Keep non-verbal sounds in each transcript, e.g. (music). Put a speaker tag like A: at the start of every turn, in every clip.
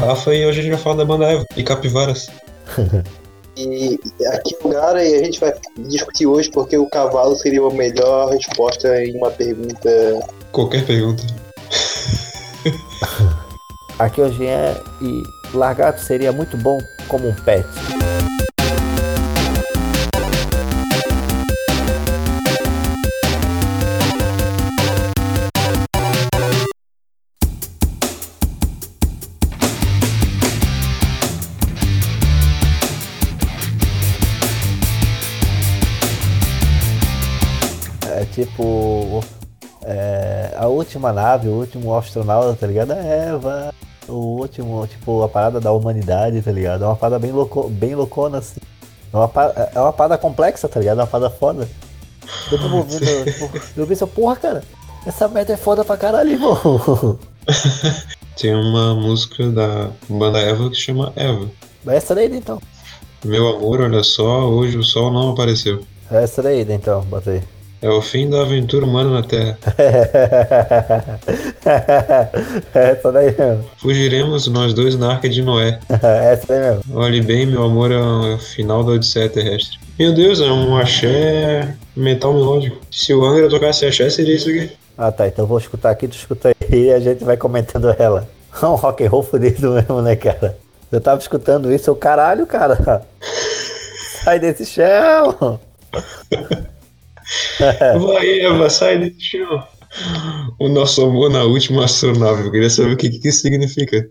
A: Rafa e hoje a gente vai falar da banda Eva e Capivaras.
B: E aqui é o Gara e a gente vai discutir hoje porque o cavalo seria a melhor resposta em uma pergunta.
A: Qualquer pergunta.
C: Aqui hoje é e largato seria muito bom como um pet. É tipo é, a última nave, o último astronauta, tá ligado? É Eva. O último, tipo, a parada da humanidade, tá ligado? É uma parada bem, louco, bem loucona, assim. É uma, pa- é uma parada complexa, tá ligado? É uma parada foda. Eu tava ouvindo, tipo, eu vi essa porra, cara. Essa merda é foda pra caralho, irmão. (laughs)
A: Tem uma música da banda Eva que chama Eva.
C: Mas Essa daí, então.
A: Meu amor, olha só, hoje o sol não apareceu.
C: Essa daí, então, bota aí. (laughs)
A: É o fim da aventura humana na Terra.
C: Essa daí mesmo. (laughs)
A: Fugiremos nós dois na Arca de Noé.
C: Essa daí mesmo.
A: Olhe bem, meu amor, é o final da Odisseia Terrestre. Meu Deus, é um axé metal melódico. Se o Angra tocasse axé, seria isso aqui.
C: Ah tá, então eu vou escutar aqui, tu escuta aí e a gente vai comentando ela. (laughs) É um rock and roll fudido mesmo, né, cara? Eu tava escutando isso, eu caralho, cara. (laughs) Sai desse chão! (laughs)
A: Vai, Eva, sai desse chão. O nosso amor na última astronave. Eu queria saber o que, que isso significa.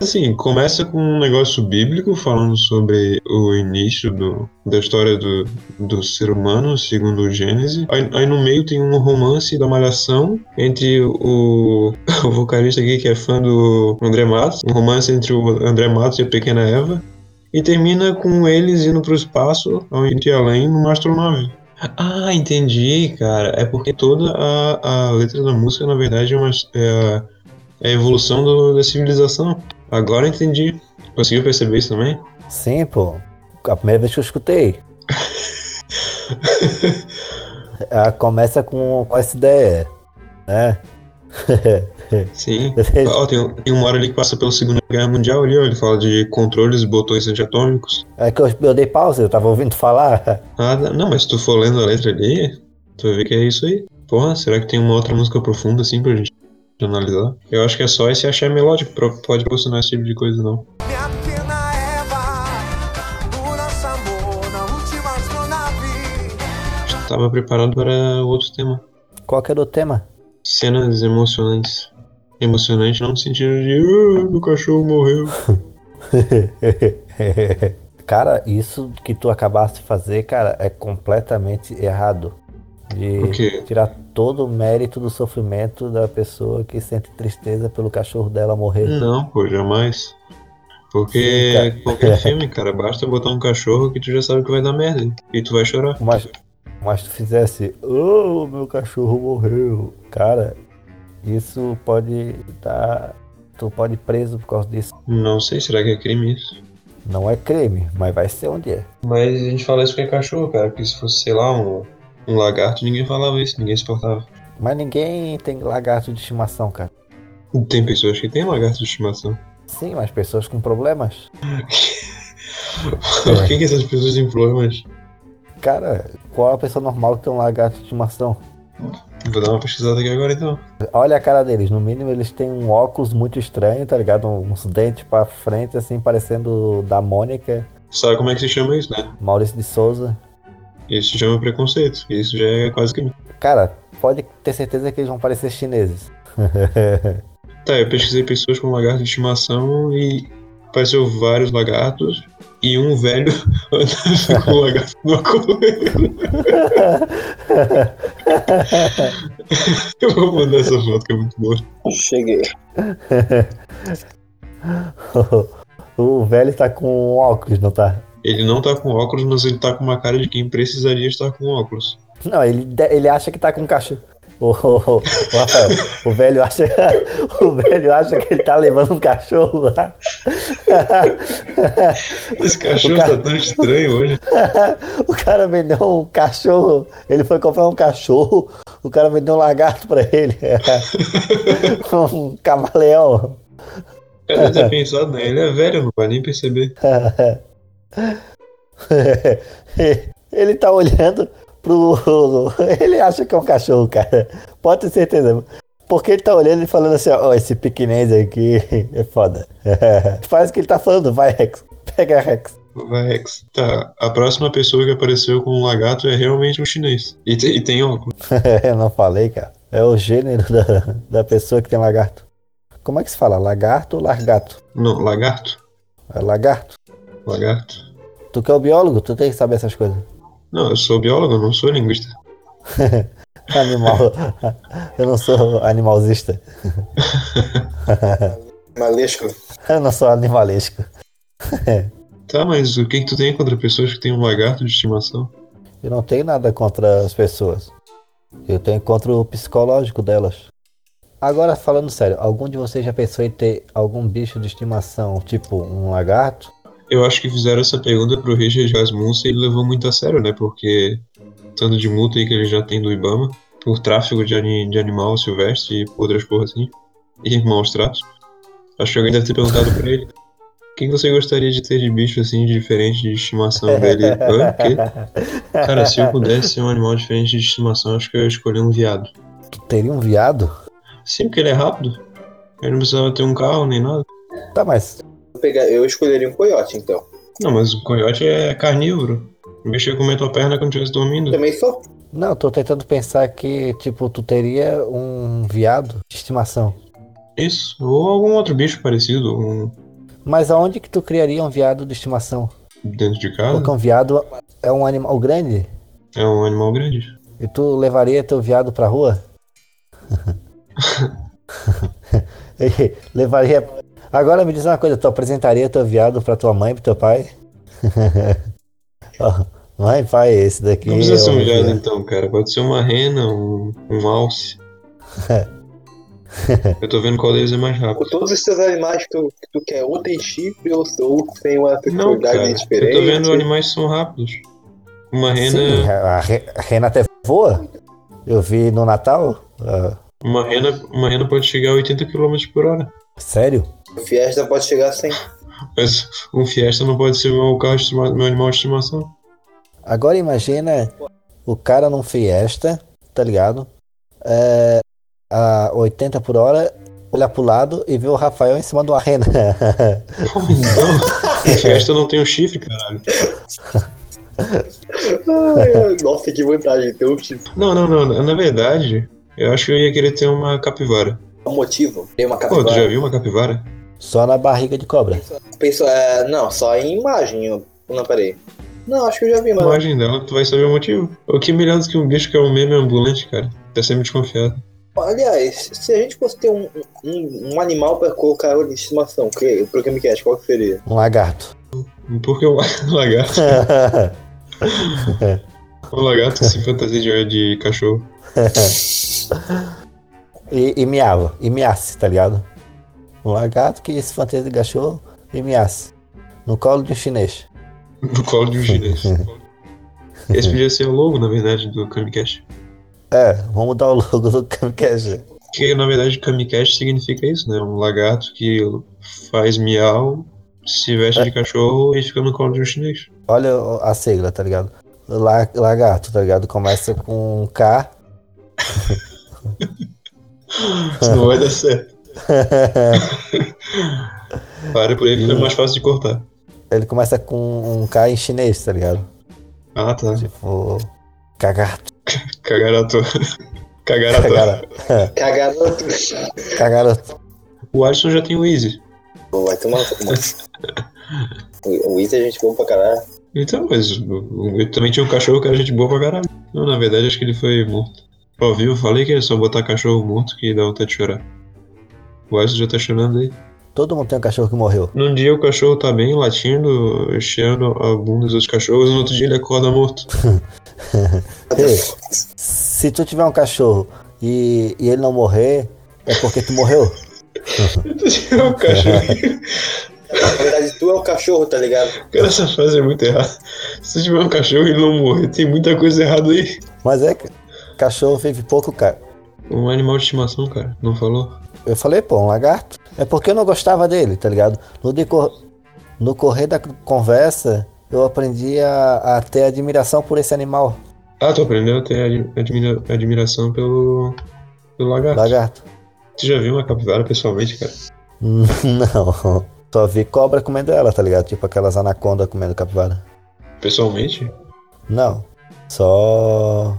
A: Assim, começa com um negócio bíblico falando sobre o início do, da história do, do ser humano, segundo o Gênesis. Aí, aí no meio tem um romance da Malhação entre o, (laughs) o vocalista aqui que é fã do André Matos, um romance entre o André Matos e a pequena Eva. E termina com eles indo pro espaço, ao ir além, numa astronave. Ah, entendi, cara. É porque toda a, a letra da música, na verdade, é, uma, é, a- é a evolução do- da civilização. Agora entendi. Conseguiu perceber isso também?
C: Sim, pô. A primeira vez que eu escutei. Ela Ah, começa com, com essa ideia, (laughs) né?
A: Sim. Ó, tem, um, tem uma hora ali que passa pela Segunda Guerra Mundial ali, ó. Ele fala de controles e botões antiatômicos.
C: É que eu, eu dei pausa, eu tava ouvindo falar.
A: Ah, não, mas se tu for lendo a letra ali, tu vai ver que é isso aí. Porra, será que tem uma outra música profunda assim pra gente analisar? Eu acho que é só esse achar melódico, pro- pode proporcionar esse tipo de coisa, não.
D: Minha é pequena Eva, o nosso amor na última astronave.
A: Tava preparado para outro tema.
C: Qual que era o tema?
A: Cenas emocionantes. Emocionante não no sentido de "Ah, meu cachorro morreu.
C: (laughs) Cara, isso que tu acabaste de fazer, cara, é completamente errado. De
A: O quê?
C: tirar todo o mérito do sofrimento da pessoa que sente tristeza pelo cachorro dela morrer.
A: Não, pô, jamais. Porque
C: Sim, cara.
A: qualquer filme, cara, basta botar um cachorro que tu já sabe que vai dar merda. hein? E tu vai chorar.
C: Mas, mas tu fizesse, oh, meu cachorro morreu. Cara, isso pode dar. Tu pode ir preso por causa disso.
A: Não sei, será que é crime isso?
C: Não é crime, mas vai ser um dia.
A: Mas a gente fala isso porque é cachorro, cara. Porque se fosse, sei lá, um, um lagarto, ninguém falava isso, ninguém se portava.
C: Mas ninguém tem lagarto de estimação, cara.
A: Tem pessoas que têm lagarto de estimação.
C: Sim, mas pessoas com problemas.
A: (laughs) Por que, que essas pessoas têm problemas?
C: Cara, qual é a pessoa normal que tem um lagarto de estimação?
A: Vou dar uma pesquisada aqui agora então.
C: Olha a cara deles, no mínimo eles têm um óculos muito estranho, tá ligado? Uns dentes pra frente, assim, parecendo da Mônica,
A: Sabe como é que se chama isso, né?
C: Maurício de Souza.
A: Isso se chama preconceito. Isso já é quase que.
C: Cara, pode ter certeza que eles vão parecer chineses. (laughs)
A: Tá, eu pesquisei pessoas com lagarto de estimação e apareceu vários lagartos e um velho (laughs) andava com o lagarto numa coleira. eu vou mandar essa foto que é muito boa.
B: Cheguei.
C: o velho tá com um óculos, não tá?
A: Ele não tá com óculos, mas ele tá com uma cara de quem precisaria estar com óculos.
C: Não, ele, de- ele acha que tá com um cachorro. O, o- o Rafael, o velho acha, (laughs) o velho acha que ele tá levando um cachorro lá.
A: Esse cachorro
C: O cara-
A: tá tão estranho hoje.
C: (laughs) O cara vendeu um cachorro. Ele foi comprar um cachorro. O cara vendeu um lagarto pra ele. (laughs) Um camaleão. (laughs)
A: Eu deve ter pensado, né? Ele é velho, não vai nem perceber.
C: Ele tá olhando pro. (laughs) Ele acha que é um cachorro, cara. Pode ter certeza. Porque ele tá olhando e falando assim, ó, "Ó, esse pequenês aqui (laughs) é foda. Faz o que ele tá falando, vai, Rex. Pega Rex.
A: Vai, Rex. Tá, a próxima pessoa que apareceu com um lagarto é realmente um chinês. E, te- e tem óculos.
C: (laughs) Eu não falei, cara. É o gênero da, da pessoa que tem lagarto. Como é que se fala? Lagarto ou largato?
A: Não, lagarto.
C: É lagarto.
A: Lagarto.
C: Tu que é o biólogo, tu tem que saber essas coisas. (laughs)
A: Não, eu sou biólogo, eu não sou linguista.
C: Animal. (laughs) Eu não sou animalzista.
B: Malesco.
C: Eu não sou animalesco.
A: Tá, mas o que, que tu tem contra pessoas que têm um lagarto de estimação?
C: Eu não tenho nada contra as pessoas. Eu tenho contra o psicológico delas. Agora, falando sério, algum de vocês já pensou em ter algum bicho de estimação, tipo um lagarto?
A: Eu acho que fizeram essa pergunta pro Richard Rasmussen e ele levou muito a sério, né? Porque tanto de multa aí que ele já tem do Ibama, por tráfico de, ani- de animal silvestre e por outras porras assim, e maus tratos. Acho que alguém deve ter perguntado pra ele. O que que você gostaria de ter de bicho assim, de diferente de estimação
C: (laughs)
A: dele? Hã? Quê? Cara, se eu pudesse ser um animal diferente de estimação, acho que eu ia escolher um viado.
C: Tu teria um viado?
A: Sim, porque ele é rápido. Ele não precisava ter um carro nem nada.
C: Tá, mas
B: Vou pegar- Eu escolheria um coiote, então.
A: Não, mas o coiote é carnívoro. O bicho ia comer tua perna quando estivesse dormindo.
B: Também sou.
C: não, eu tô tentando pensar que, tipo, tu teria um viado de estimação.
A: Isso, ou algum outro bicho parecido um
C: Mas aonde que tu criaria um viado de estimação?
A: dentro de casa.
C: Porque um viado é um animal grande.
A: É um animal grande.
C: E tu levaria teu viado pra rua?
A: (laughs)
C: E levaria. Agora me diz uma coisa, tu apresentaria teu viado pra tua mãe, pro teu pai? (laughs) Ó, mãe, pai, esse daqui.
A: Não precisa
C: é
A: ser um
C: meu
A: viado
C: viado.
A: então, cara. Pode ser uma rena, um, um alce. Eu tô vendo qual deles é mais
B: Com
A: rápido.
B: todos os teus animais que tu, que tu quer, ou tem chifre ou ou tem uma
A: Não, cara.
B: sexualidade
A: Eu
B: diferente.
A: tô vendo animais que são rápidos. Uma
C: Sim,
A: rena,
C: a, a re- a rena até voa. Eu vi no Natal. ah,
A: uma rena, uma rena pode chegar a 80 km por hora.
C: sério?
B: O Fiesta pode chegar sem.
A: Mas um Fiesta não pode ser meu carro de estima- meu animal de estimação.
C: Agora imagina o cara num Fiesta, tá ligado? É, a 80 por hora, olhar pro lado e ver o Rafael em cima de uma rena.
A: Como não? Fiesta não tem um chifre, caralho.
B: Ai, Ah, Nossa, que vantagem. Tem um chifre.
A: Não, não, não. Na verdade, eu acho que eu ia querer ter uma capivara.
B: Um motivo. Tem uma
A: Pô, tu já
B: capivara.
A: viu uma capivara?
C: (laughs) Só na barriga de cobra.
B: Pensou, é, não, só em imagem. eu- Não, peraí. Não, acho que eu já vi,
A: a
B: mano.
A: imagem dela, tu vai saber o motivo. O que é melhor do que um bicho que é um meme ambulante, cara? Tá sempre desconfiado.
B: Aliás, se a gente fosse ter um, um, um animal pra colocar de estimação, que, pro Game Cast, qual que seria?
C: Um lagarto. (laughs)
A: Porque o (laughs) lagarto, o lagarto que se fantasia de, de cachorro.
C: e, e miava. E miasse, tá ligado? Um lagarto que se fantasia de cachorro e miasse. No colo de um chinês.
A: No colo de um
B: (laughs)
A: chinês. Esse podia ser o logo, na verdade, do Kamikaze.
C: É, vamos mudar o logo do Kamikaze.
A: Que, na verdade, Kamikaze significa isso, né? Um lagarto que faz miau, se veste de cachorro e fica no colo de um chinês.
C: Olha o- a sigla, tá ligado? La- lagarto, tá ligado? Começa com K.
A: Isso não vai dar certo. Para por aí, fica mais fácil de cortar.
C: Ele começa com um K em chinês, tá ligado?
A: Ah, tá.
C: Tipo. Cagato.
A: Cagarato. (laughs) Cagarato.
C: (laughs) Cagara-
B: Cagado.
C: Cagaroto.
A: O Alisson já tem o Easy.
B: Pô, Vai tomar uma. (laughs) O Ita a gente boa pra caralho.
A: Então, mas o- o- eu também tinha um cachorro que era gente boa pra caralho. Não, na verdade, acho que ele foi morto. Ó, viu? Eu Falei que é só botar cachorro morto que dá vontade de chorar. O Alisson já tá chorando aí.
C: Todo mundo tem um cachorro que morreu.
A: Num dia o cachorro tá bem, latindo, cheirando a bunda dos outros cachorros, no outro dia ele acorda morto.
C: Ei, se tu tiver um cachorro e, e ele não morrer, é porque tu morreu.
A: o cachorro.
B: Na verdade, tu é o cachorro, tá ligado? (laughs)
A: Cara, essa frase é muito errada. Se tiver um cachorro e ele não morrer, tem muita coisa errada aí.
C: Mas é, que cachorro vive pouco, cara.
A: Um animal de estimação, cara, não falou?
C: Eu falei, pô, um lagarto. É porque eu não gostava dele, tá ligado? No, decor... no correr da conversa, eu aprendi a, a ter admiração por esse animal,
A: Ah, tu aprendeu a ter ad- admira- admiração pelo, pelo lagarto.
C: lagarto. (laughs)
A: Tu já viu uma capivara pessoalmente, cara?
C: Não. Só vi cobra comendo ela, tá ligado? Tipo aquelas anacondas comendo capivara.
A: Pessoalmente?
C: Não. Só.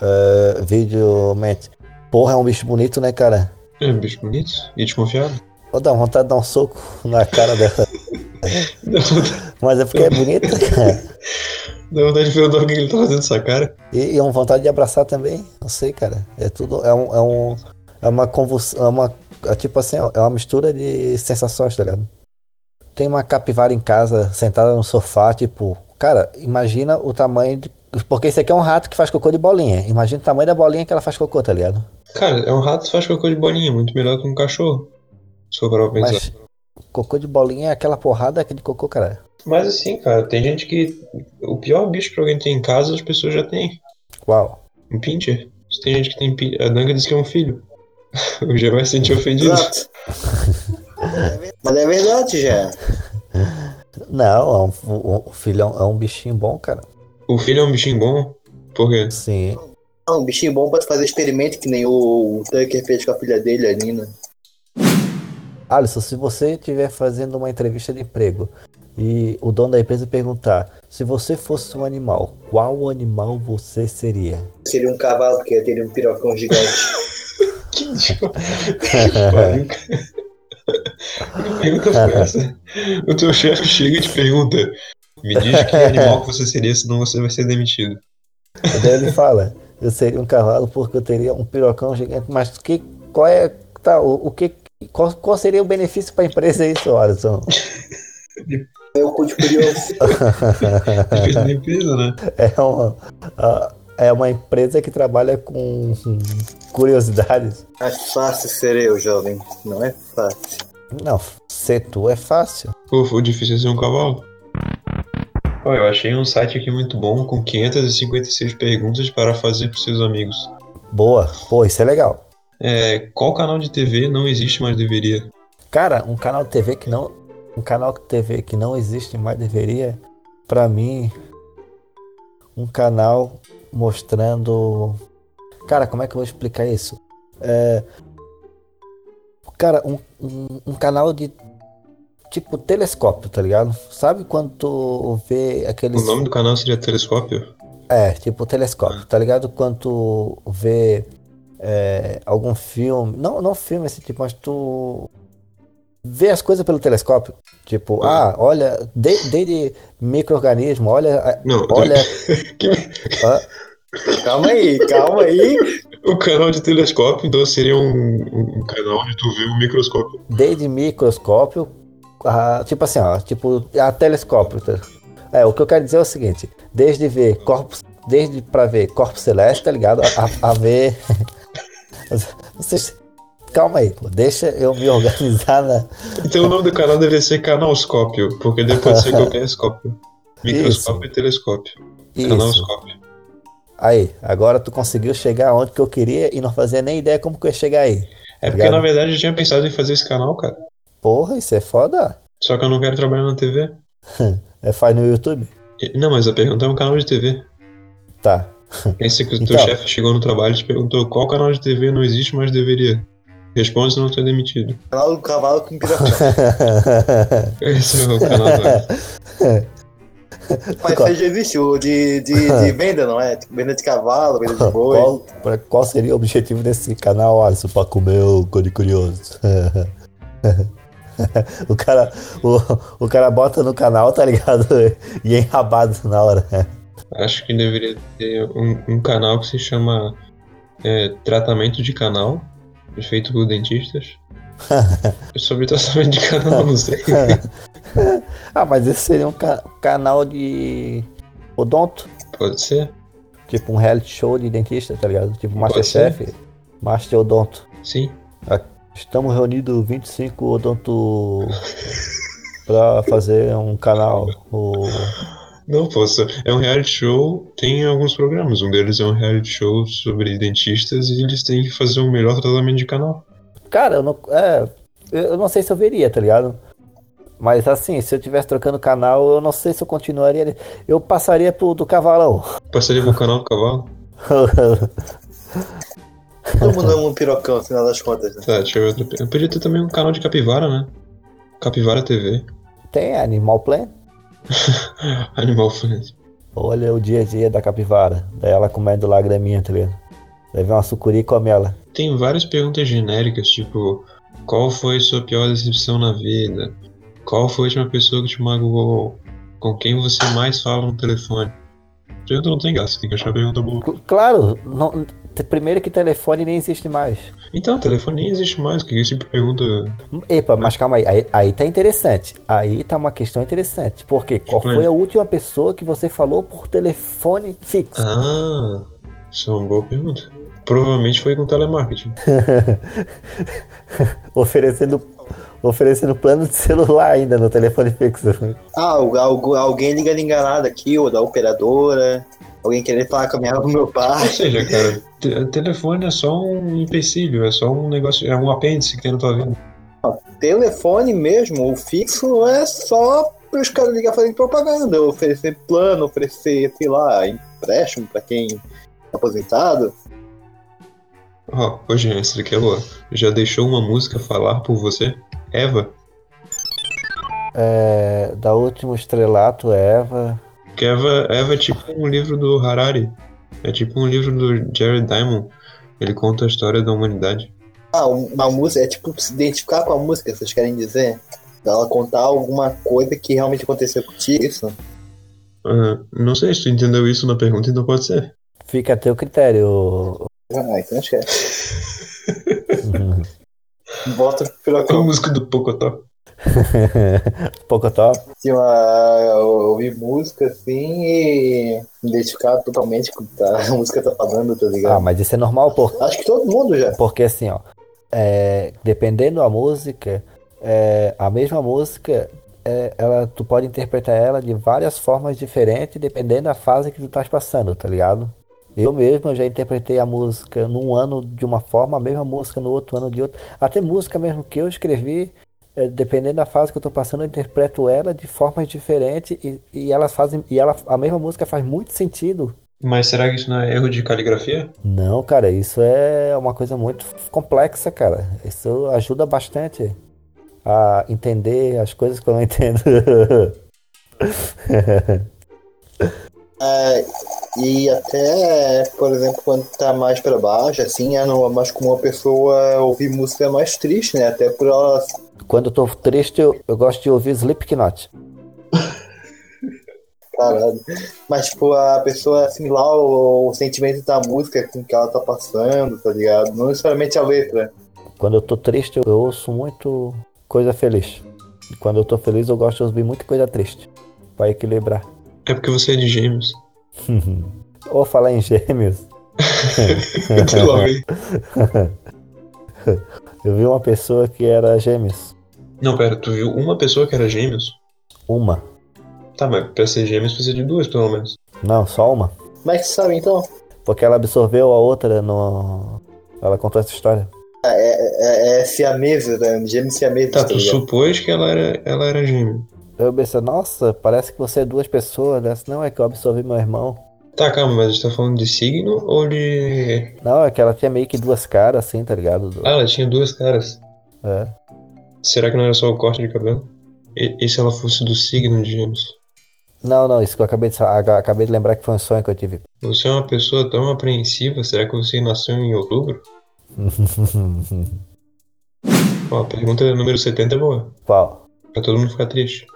C: É, vídeo. mente. Porra, é um bicho bonito, né, cara?
A: É um bicho bonito e desconfiado.
C: Ou dá vontade de dar um soco na cara dela.
A: (laughs)
C: (laughs)
A: Dá vontade,
C: Mas é porque é bonita, (laughs) cara.
A: dá vontade de perguntar o que ele tá fazendo essa cara.
C: E, e é uma vontade de abraçar também. Não sei, cara. É tudo. É um. É, um, é uma convulsão. É uma. É tipo assim, ó, é uma mistura de sensações, tá ligado? Tem uma capivara em casa, sentada no sofá, tipo. Cara, imagina o tamanho de. Porque esse aqui é um rato que faz cocô de bolinha. Imagina o tamanho da bolinha que ela faz cocô, tá ligado?
A: Cara, é um rato que faz cocô de bolinha, muito melhor que um cachorro. Se for parar pra pensar.
C: Mas cocô de bolinha é aquela porrada aquele cocô, cara.
A: Mas assim, cara, tem gente que. O pior bicho pra alguém ter em casa, as pessoas já têm.
C: Uau.
A: Um pincher. Se tem gente que tem pincher. A Danga diz que é um filho. (laughs) Eu já vai se sentir ofendido.
B: Exato. Mas é verdade, já.
C: Não, é um, o- o filho é um, é um bichinho bom, cara.
A: O filho é um bichinho bom. Por quê?
C: Sim.
B: É um bichinho bom pra tu fazer experimento que nem o Tucker fez com a filha dele, a Nina.
C: Alisson, se você estiver fazendo uma entrevista de emprego e o dono da empresa perguntar se você fosse um animal, qual animal você seria?
B: Seria um cavalo, porque teria um pirocão gigante.
A: Que idiota. Que pariu, cara. Que pergunta foi essa? O teu chefe chega e te pergunta: Me diz que animal que você seria, senão você vai ser demitido.
C: E daí ele fala, eu seria um cavalo porque eu teria um pirocão gigante, mas que, qual é, tá, o, o que, qual, qual seria o benefício para a empresa isso, Alisson?
B: É o cu de curioso.
A: Depende da empresa, né?
C: É uma, a- é uma empresa que trabalha com curiosidades.
B: Mas fácil ser eu, jovem. Não é fácil.
C: Não, ser tu é fácil.
A: Pô, foi difícil ser um cavalo. Ó, eu achei um site aqui muito bom com 556 perguntas para fazer para seus amigos.
C: Boa, pô, isso é legal.
A: É, qual canal de TV não existe, mas deveria?
C: Cara, um canal de TV que não. Um canal de TV que não existe mais deveria, pra mim, um canal mostrando. Cara, como é que eu vou explicar isso? É. Cara, um, um, um canal de. Tipo telescópio, tá ligado? Sabe quando tu vê
A: O
C: aqueles.
A: nome do canal seria Telescópio?
C: É, tipo telescópio, tá ligado? Quando tu vê é, algum filme, não, não filme esse tipo, mas tu vê as coisas pelo telescópio. Tipo, ah, olha, de- desde micro-organismo, olha, a-
A: Não,
B: (laughs)
C: olha,
A: que-
C: ah,
B: Calma aí, calma aí.
A: (laughs) o canal de telescópio então seria um, um canal onde tu vê o microscópio.
C: desde microscópio, a- tipo assim, ó, tipo, a telescópio. tá? É, o que eu quero dizer é o seguinte, desde ver corpos, desde pra ver corpo celeste, tá ligado? A, a- a ver... (laughs) Vocês... Calma aí, pô, deixa eu me organizar né? na...
A: Então o nome do canal deveria ser Canalscópio, porque depois ser qualquer
C: (laughs)
A: escópio. Microscópio e telescópio.
C: Isso.
A: Canalscópio.
C: Aí, agora tu conseguiu chegar onde que eu queria e não fazia nem ideia como que eu ia chegar aí.
A: É porque
C: Obrigado.
A: na verdade eu tinha pensado em fazer esse canal, cara.
C: Porra, isso é foda.
A: Só que eu não quero trabalhar na TV.
C: É, faz no YouTube?
A: E- Não, mas a pergunta é um canal de TV.
C: Tá. (laughs)
A: Pensa que o teu
C: Então.
A: chefe chegou no trabalho e te perguntou qual canal de TV não existe, mas deveria. Responde senão tu é demitido. (laughs)
B: Cavalo, um cavalo com pirocão.
A: Esse é o canal do...
B: Mas
C: Qual?
B: isso já existe, o de, de,
C: (laughs)
B: de venda, não é? Venda de cavalo, venda de boi.
C: qual, pra- qual seria o objetivo desse canal, Alisson, pra comer o Cone Curioso? (laughs) o, cara, o, o cara bota no canal, tá ligado? (laughs) E é enrabado na hora.
A: Acho que deveria ter um, um canal que se chama é, Tratamento de Canal, feito por dentistas. Sobre tratamento de canal, não sei.
C: Ah, mas esse seria um ca- canal de odonto.
A: Pode ser.
C: Tipo um reality show de dentista, tá ligado? Tipo
A: Pode
C: Masterchef. Master Odonto.
A: Sim.
C: Estamos reunidos 25 Odonto pra fazer um canal. O...
A: Não, posso. É um reality show, tem alguns programas. Um deles é um reality show sobre dentistas e eles têm que fazer o melhor tratamento de canal.
C: Cara, eu não, é, eu não sei se eu veria, tá ligado? Mas assim, se eu tivesse trocando canal, eu não sei se eu continuaria. Eu passaria pro do cavalão. (laughs)
A: Passaria pro canal do cavalo?
B: Todo mundo é um pirocão, no final das contas, né?
A: Tá, deixa eu ver outra. pe- Eu podia ter também um canal de capivara, né? Capivara TV.
C: Tem Animal Plan?
A: (gasps) Animal Friends.
C: Olha o dia a dia da capivara. Daí ela comendo lá a graminha, tá ligado? Daí vem uma sucuri e come ela.
A: Tem várias perguntas genéricas, tipo: qual foi sua pior decepção na vida? Qual foi a última pessoa que te magoou? Com quem você mais fala no telefone? Pergunta não tem graça, tem que achar a pergunta boa.
C: Cl- Claro, não- t- primeiro que telefone nem existe mais.
A: Então, telefone nem existe mais, que esse tipo de pergunta.
C: Epa, mas calma aí, aí, aí tá interessante. Aí tá uma questão interessante. Porque qual
A: Hum.
C: foi a última pessoa que você falou por telefone fixo?
A: Ah, isso é uma boa pergunta. Provavelmente foi com telemarketing.
C: Oferecendo, oferecendo plano de celular ainda no telefone fixo.
B: Ah, algu- algu- alguém liga na enganada aqui, ou da operadora. Alguém querer falar com a minha (laughs) com meu
A: Ou
B: pai.
A: seja, cara, te- telefone é só um empecilho, é só um negócio, é um apêndice que tem na tua vida.
B: Telefone mesmo, o fixo é só para os caras ligar fazendo propaganda, oferecer plano, oferecer, sei lá, empréstimo para quem é aposentado.
A: Ó, ô Jean, essa daqui é boa. Já deixou uma música falar por você? Eva?
C: É, da último estrelato, Eva.
A: Porque Eva, Eva é tipo um livro do Harari. É tipo um livro do Jared Diamond. Ele conta a história da humanidade.
B: Ah, um- uma música, é tipo se identificar com a música, vocês querem dizer? Ela contar alguma coisa que realmente aconteceu contigo, isso?
A: Ah, não sei se tu entendeu isso na pergunta, então pode ser.
C: Fica a teu (laughs) critério.
B: Ah, então esquece. Bota o
A: Qual a
B: pirocão.
A: É música do Pocotó?
C: Pocotó.
B: Assim, uma- ouvir música assim e me identificar totalmente com o que a música tá (laughs) falando, tá
C: Ah,
B: ligado?
C: mas isso é normal, porque.
B: Acho que todo mundo já.
C: Porque assim, ó, é, dependendo da música, é, a mesma música, é, ela, tu pode interpretar ela de várias formas diferentes, dependendo da fase que tu estás passando, tá ligado? Eu mesmo já interpretei a música num ano de uma forma, a mesma música no outro ano de outra. Até música mesmo que eu escrevi, é, dependendo da fase que eu tô passando, eu interpreto ela de formas diferentes e, e elas fazem, e ela, a mesma música faz muito sentido
A: Mas será que isso não é erro de caligrafia?
C: não, cara, isso é uma coisa muito complexa, cara. Isso ajuda bastante a entender as coisas que eu não (laughs) entendo.
B: É, E até, por exemplo, quando tá mais pra baixo, assim, é normal mais como uma pessoa ouvir música mais triste, né? Até por ela.
C: Quando eu tô triste, eu, eu gosto de ouvir Slipknot.
B: Caralho. Mas, tipo, a pessoa assimilar o, o sentimento da música com que ela tá passando, tá ligado? Não necessariamente a letra.
C: Quando eu tô triste, eu, eu ouço muito coisa feliz. E quando eu tô feliz, eu gosto de ouvir muita coisa triste. Pra equilibrar. (laughs)
A: É porque você é de gêmeos.
C: Ou falar em gêmeos.
A: Sei
C: (laughs)
A: lá, velho.
C: Eu vi uma pessoa que era gêmeos.
A: Não, pera, tu viu uma pessoa que era gêmeos?
C: Uma.
A: Tá, mas pra ser gêmeos precisa de duas, pelo menos.
C: Não, só uma.
B: Como é que sabe, então?
C: Porque ela absorveu a outra no. Ela contou essa história.
B: É, é, é siamesa, né? Gêmeo siamesa,
A: Tá,
B: tá,
A: tu
B: ligado?
A: supôs que ela era, ela era gêmeo.
C: Eu pensei, nossa, parece que você é duas pessoas. Ela disse, não, é que eu absorvi meu irmão.
A: Tá, calma, mas a gente tá falando de signo ou de.
C: Não, é que ela tinha meio que duas caras, assim, tá ligado? Do-
A: Ah, ela tinha duas caras.
C: É.
A: Será que não era só o corte de cabelo? E, e se ela fosse do signo de gêmeos?
C: Não, não, isso que eu acabei de, sa- aga- acabei de lembrar que foi um sonho que eu tive. (laughs)
A: Você é uma pessoa tão apreensiva, será que você nasceu em outubro? Ó, a pergunta número 70 é boa,
C: Qual?
A: pra todo mundo ficar triste.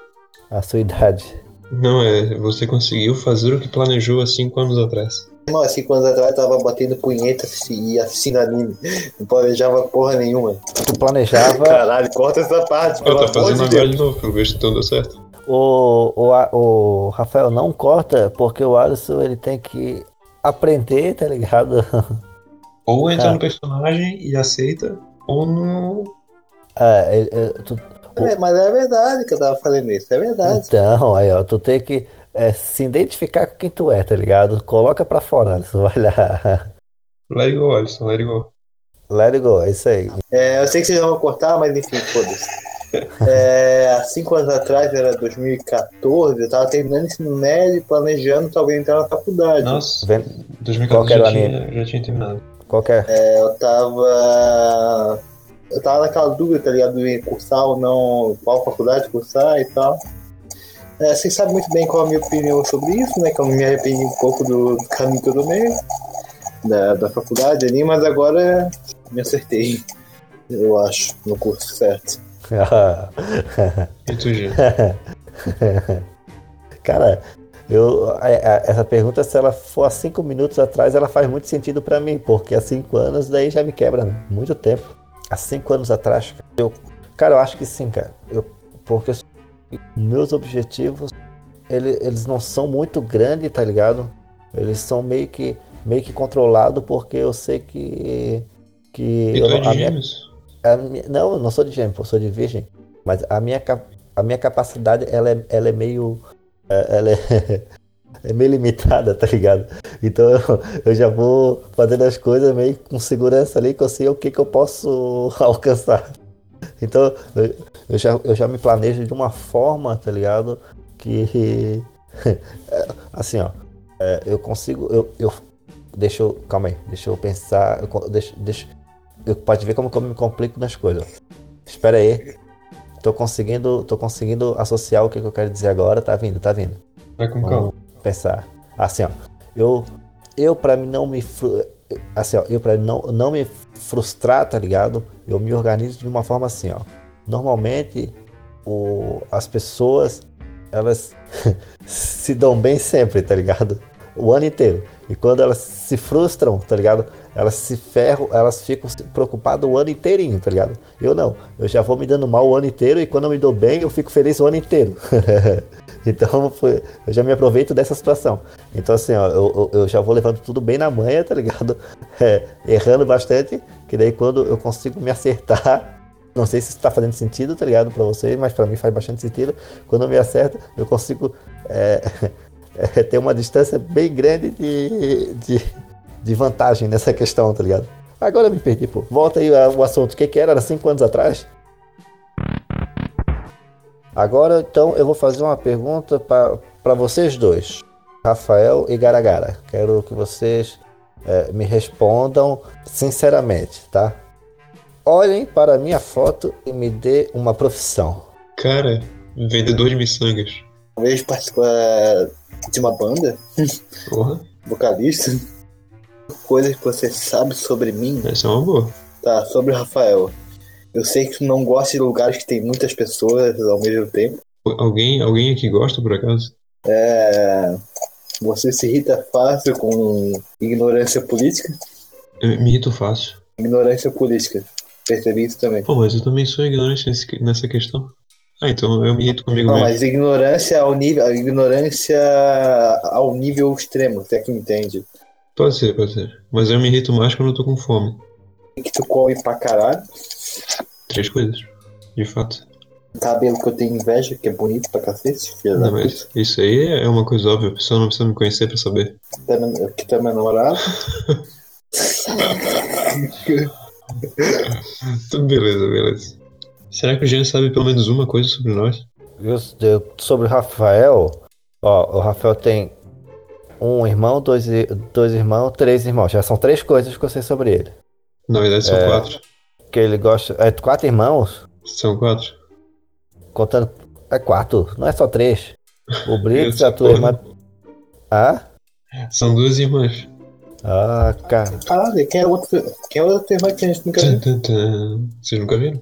C: A sua idade.
A: Não, é, você conseguiu fazer o que planejou há cinco anos atrás.
B: Irmão, assim, quando atrás tava batendo punheta assim, e assistindo anime. Não planejava porra nenhuma. (laughs)
C: Tu planejava.
B: Caralho, corta essa parte,
A: Eu
B: pelo
A: tá
B: amor
A: fazendo
B: de
A: agora
B: Deus.
A: de novo, pelo visto então deu certo.
C: o, o, A- o Rafael não corta, porque o Alisson ele tem que aprender, tá ligado?
A: Ou entra
C: Tá.
A: no personagem e aceita, ou no.
C: Ah, (laughs) é- é, tu-
B: É, mas é verdade que eu tava fazendo isso, é verdade.
C: então, aí, ó, tu tem que é, se identificar com quem tu é, tá ligado? Coloca pra fora, (laughs) Alisson, vai lá.
A: Let it go, Alisson, let it go.
C: Let it go, é isso aí.
B: É, eu sei que vocês vão cortar, mas enfim, foda-se. É, há cinco anos atrás, era 2014, eu tava terminando o ensino médio e planejando talvez entrar na faculdade.
A: Nossa,
C: Vem-
A: 2014 já
C: Qual que era
A: tinha, já tinha terminado.
C: Qualquer.
B: Eu tava. Eu tava naquela dúvida, tá ligado? De cursar ou não, qual faculdade cursar e tal. É, vocês sabem muito bem qual a minha opinião sobre isso, né? Que eu me arrependi um pouco do, do caminho que eu tomei, da, da faculdade ali, mas agora me acertei, eu acho, no curso certo.
C: (laughs) Ah.
A: E tu, Gê?
C: Cara, eu, a- a- essa pergunta, se ela for há cinco minutos atrás, ela faz muito sentido pra mim, porque há cinco anos daí já me quebra, né? muito tempo. Há cinco anos atrás, cara, eu, cara, eu acho que sim, cara. Eu, porque eu sou- meus objetivos, ele- eles não são muito grandes, tá ligado? Eles são meio que, meio que controlados, porque eu sei que, que
A: E
C: eu
A: tu é
C: não- a
A: de
C: minha-
A: gêmeos?
C: a minha- não, eu não sou de gêmeo, eu sou de virgem. Mas a minha, cap- a minha capacidade, ela é, ela é meio. é- Ela é, (laughs) é meio limitada, tá ligado? Então (laughs) eu, eu já vou fazendo as coisas meio com segurança ali, que eu sei o que, que eu posso (laughs) alcançar. Então eu, eu já, eu já me planejo de uma forma, tá ligado? Que. (laughs) é, Assim, ó. é, eu consigo. Eu, eu, deixa eu. Calma aí, deixa eu pensar. Eu, con- deixa, deixa, eu, pode ver como que eu me complico nas coisas. Espera aí. Tô conseguindo, tô conseguindo associar o que, que eu quero dizer agora. Tá vindo, tá vindo.
A: Vai com
C: Vamos
A: calma.
C: pensar. Assim, ó. Eu, eu pra mim não me. fru- Assim, ó. Eu pra não, não me frustrar, tá ligado? Eu me organizo de uma forma assim, ó. Normalmente, o, as pessoas, elas (laughs) se dão bem sempre, tá ligado? O ano inteiro. E quando elas se frustram, tá ligado? Elas se ferram, elas ficam se- preocupadas o ano inteirinho, tá ligado? Eu não. Eu já vou me dando mal o ano inteiro e quando eu me dou bem, eu fico feliz o ano inteiro. (laughs) então foi- eu já me aproveito dessa situação. Então assim, ó, eu, eu- eu já vou levando tudo bem na manha, tá ligado? (laughs) É, errando bastante, que daí quando eu consigo me acertar, não sei se isso tá fazendo sentido, tá ligado, pra vocês, mas pra mim faz bastante sentido. Quando eu me acerto, eu consigo é, (laughs) é, ter uma distância bem grande de, de, de vantagem nessa questão, tá ligado? Agora eu me perdi, pô. Volta aí ao assunto. O que, que era? Era cinco anos atrás? Agora, então, eu vou fazer uma pergunta para vocês dois, Rafael e Garagara. Quero que vocês eh, me respondam sinceramente, tá? Olhem para a minha foto e me dê uma profissão.
A: Cara, vendedor de miçangas.
B: Talvez participar de uma banda,
A: Porra,
B: vocalista. Coisas que você sabe sobre mim.
A: essa é uma boa.
B: Tá, sobre o Rafael. Eu sei que tu não gosta de lugares que tem muitas pessoas ao mesmo tempo.
A: Alguém, alguém aqui gosta, por acaso?
B: É... Você se irrita fácil com ignorância política.
A: Eu me irrito fácil.
B: Ignorância política. Percebi isso também.
A: Pô, mas eu também sou ignorante nesse- nessa questão. Ah, então eu me irrito comigo
B: Não,
A: mesmo.
B: mas ignorância ao nível, ignorância ao nível extremo, até que entende.
A: Pode ser, pode ser. Mas eu me irrito mais quando eu tô com fome.
B: Que tu come pra caralho.
A: Três coisas. De fato.
B: Cabelo que eu tenho inveja, que é bonito pra cacete. filha da
A: Não, mas isso aí é uma coisa óbvia. A pessoa não precisa me conhecer pra saber. (laughs)
B: puta, né, que tu é meu namorado.
A: Então, beleza, beleza. Será que o Jean sabe pelo menos uma coisa sobre nós?
C: Eu- eu- sobre o Rafael, ó, o Rafael tem um irmão, dois, i- dois irmãos, três irmãos. Já são três coisas que eu sei sobre ele.
A: Na verdade são
C: É.
A: quatro.
C: Que ele gosta. É quatro irmãos?
A: São quatro.
C: Contando. É quatro, não é só três. O Briggs,
A: Isso,
C: a tua irmã. Ah?
A: São duas irmãs.
C: Ah, cara.
B: Caralho, quem é outro, quem é outro irmão que a gente nunca viu?
A: Tum, tum, tum. Vocês nunca viram?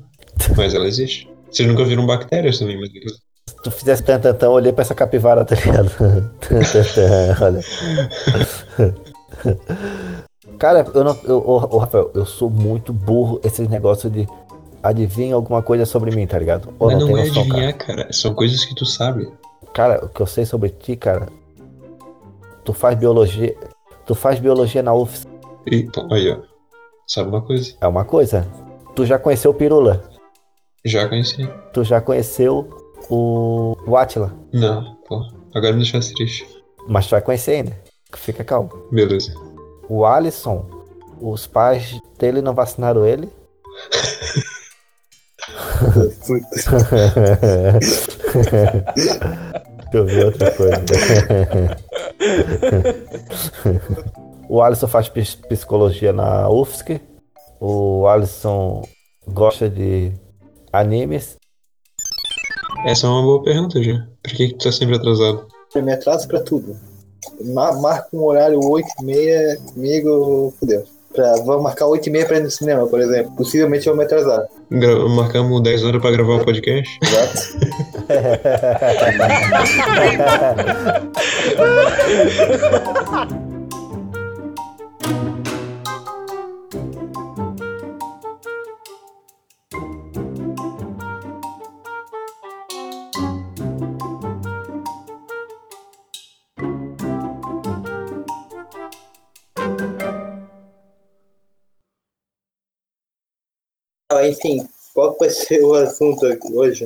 A: Mas ela existe. Vocês nunca viram bactérias também, mas
C: Se tu fizesse tantantão, eu olhei pra essa capivara, tá ligado? (laughs) Tan, tan, tan, Olha. Cara, eu não. Eu, ô, ô, Rafael, eu sou muito burro esses negócios de adivinha alguma coisa sobre mim, tá ligado? Ô,
A: Mas não,
C: tem
A: é
C: noção, cara.
A: adivinhar, cara. São coisas que tu sabe.
C: Cara, o que eu sei sobre ti, cara. Tu faz biologia. Tu faz biologia na UFS.
A: E, pô, aí, ó. Sabe uma coisa?
C: É uma coisa. Tu já conheceu o Pirula?
A: Já conheci.
C: Tu já conheceu o, o Atila?
A: Não, pô. Agora me deixasse triste.
C: Mas tu vai conhecer ainda. Fica calmo.
A: Beleza.
C: O Alisson, os pais dele não vacinaram ele.
B: Puta.
C: Deixa eu ver outra coisa. o Alisson faz pis- psicologia na UFSC. O Alisson gosta de animes. (laughs)
A: Essa é uma boa pergunta, já. Por que, que tu tá sempre atrasado?
B: Eu me atraso pra tudo. Ma- marco um horário 8 e meia comigo, fudeu. Pra, vou marcar 8 e meia pra ir no cinema, por exemplo. Possivelmente eu vou me atrasar.
A: Gra- marcamos 10 horas pra gravar o podcast?
B: Exato. Ah, Enfim, qual vai ser o assunto aqui hoje?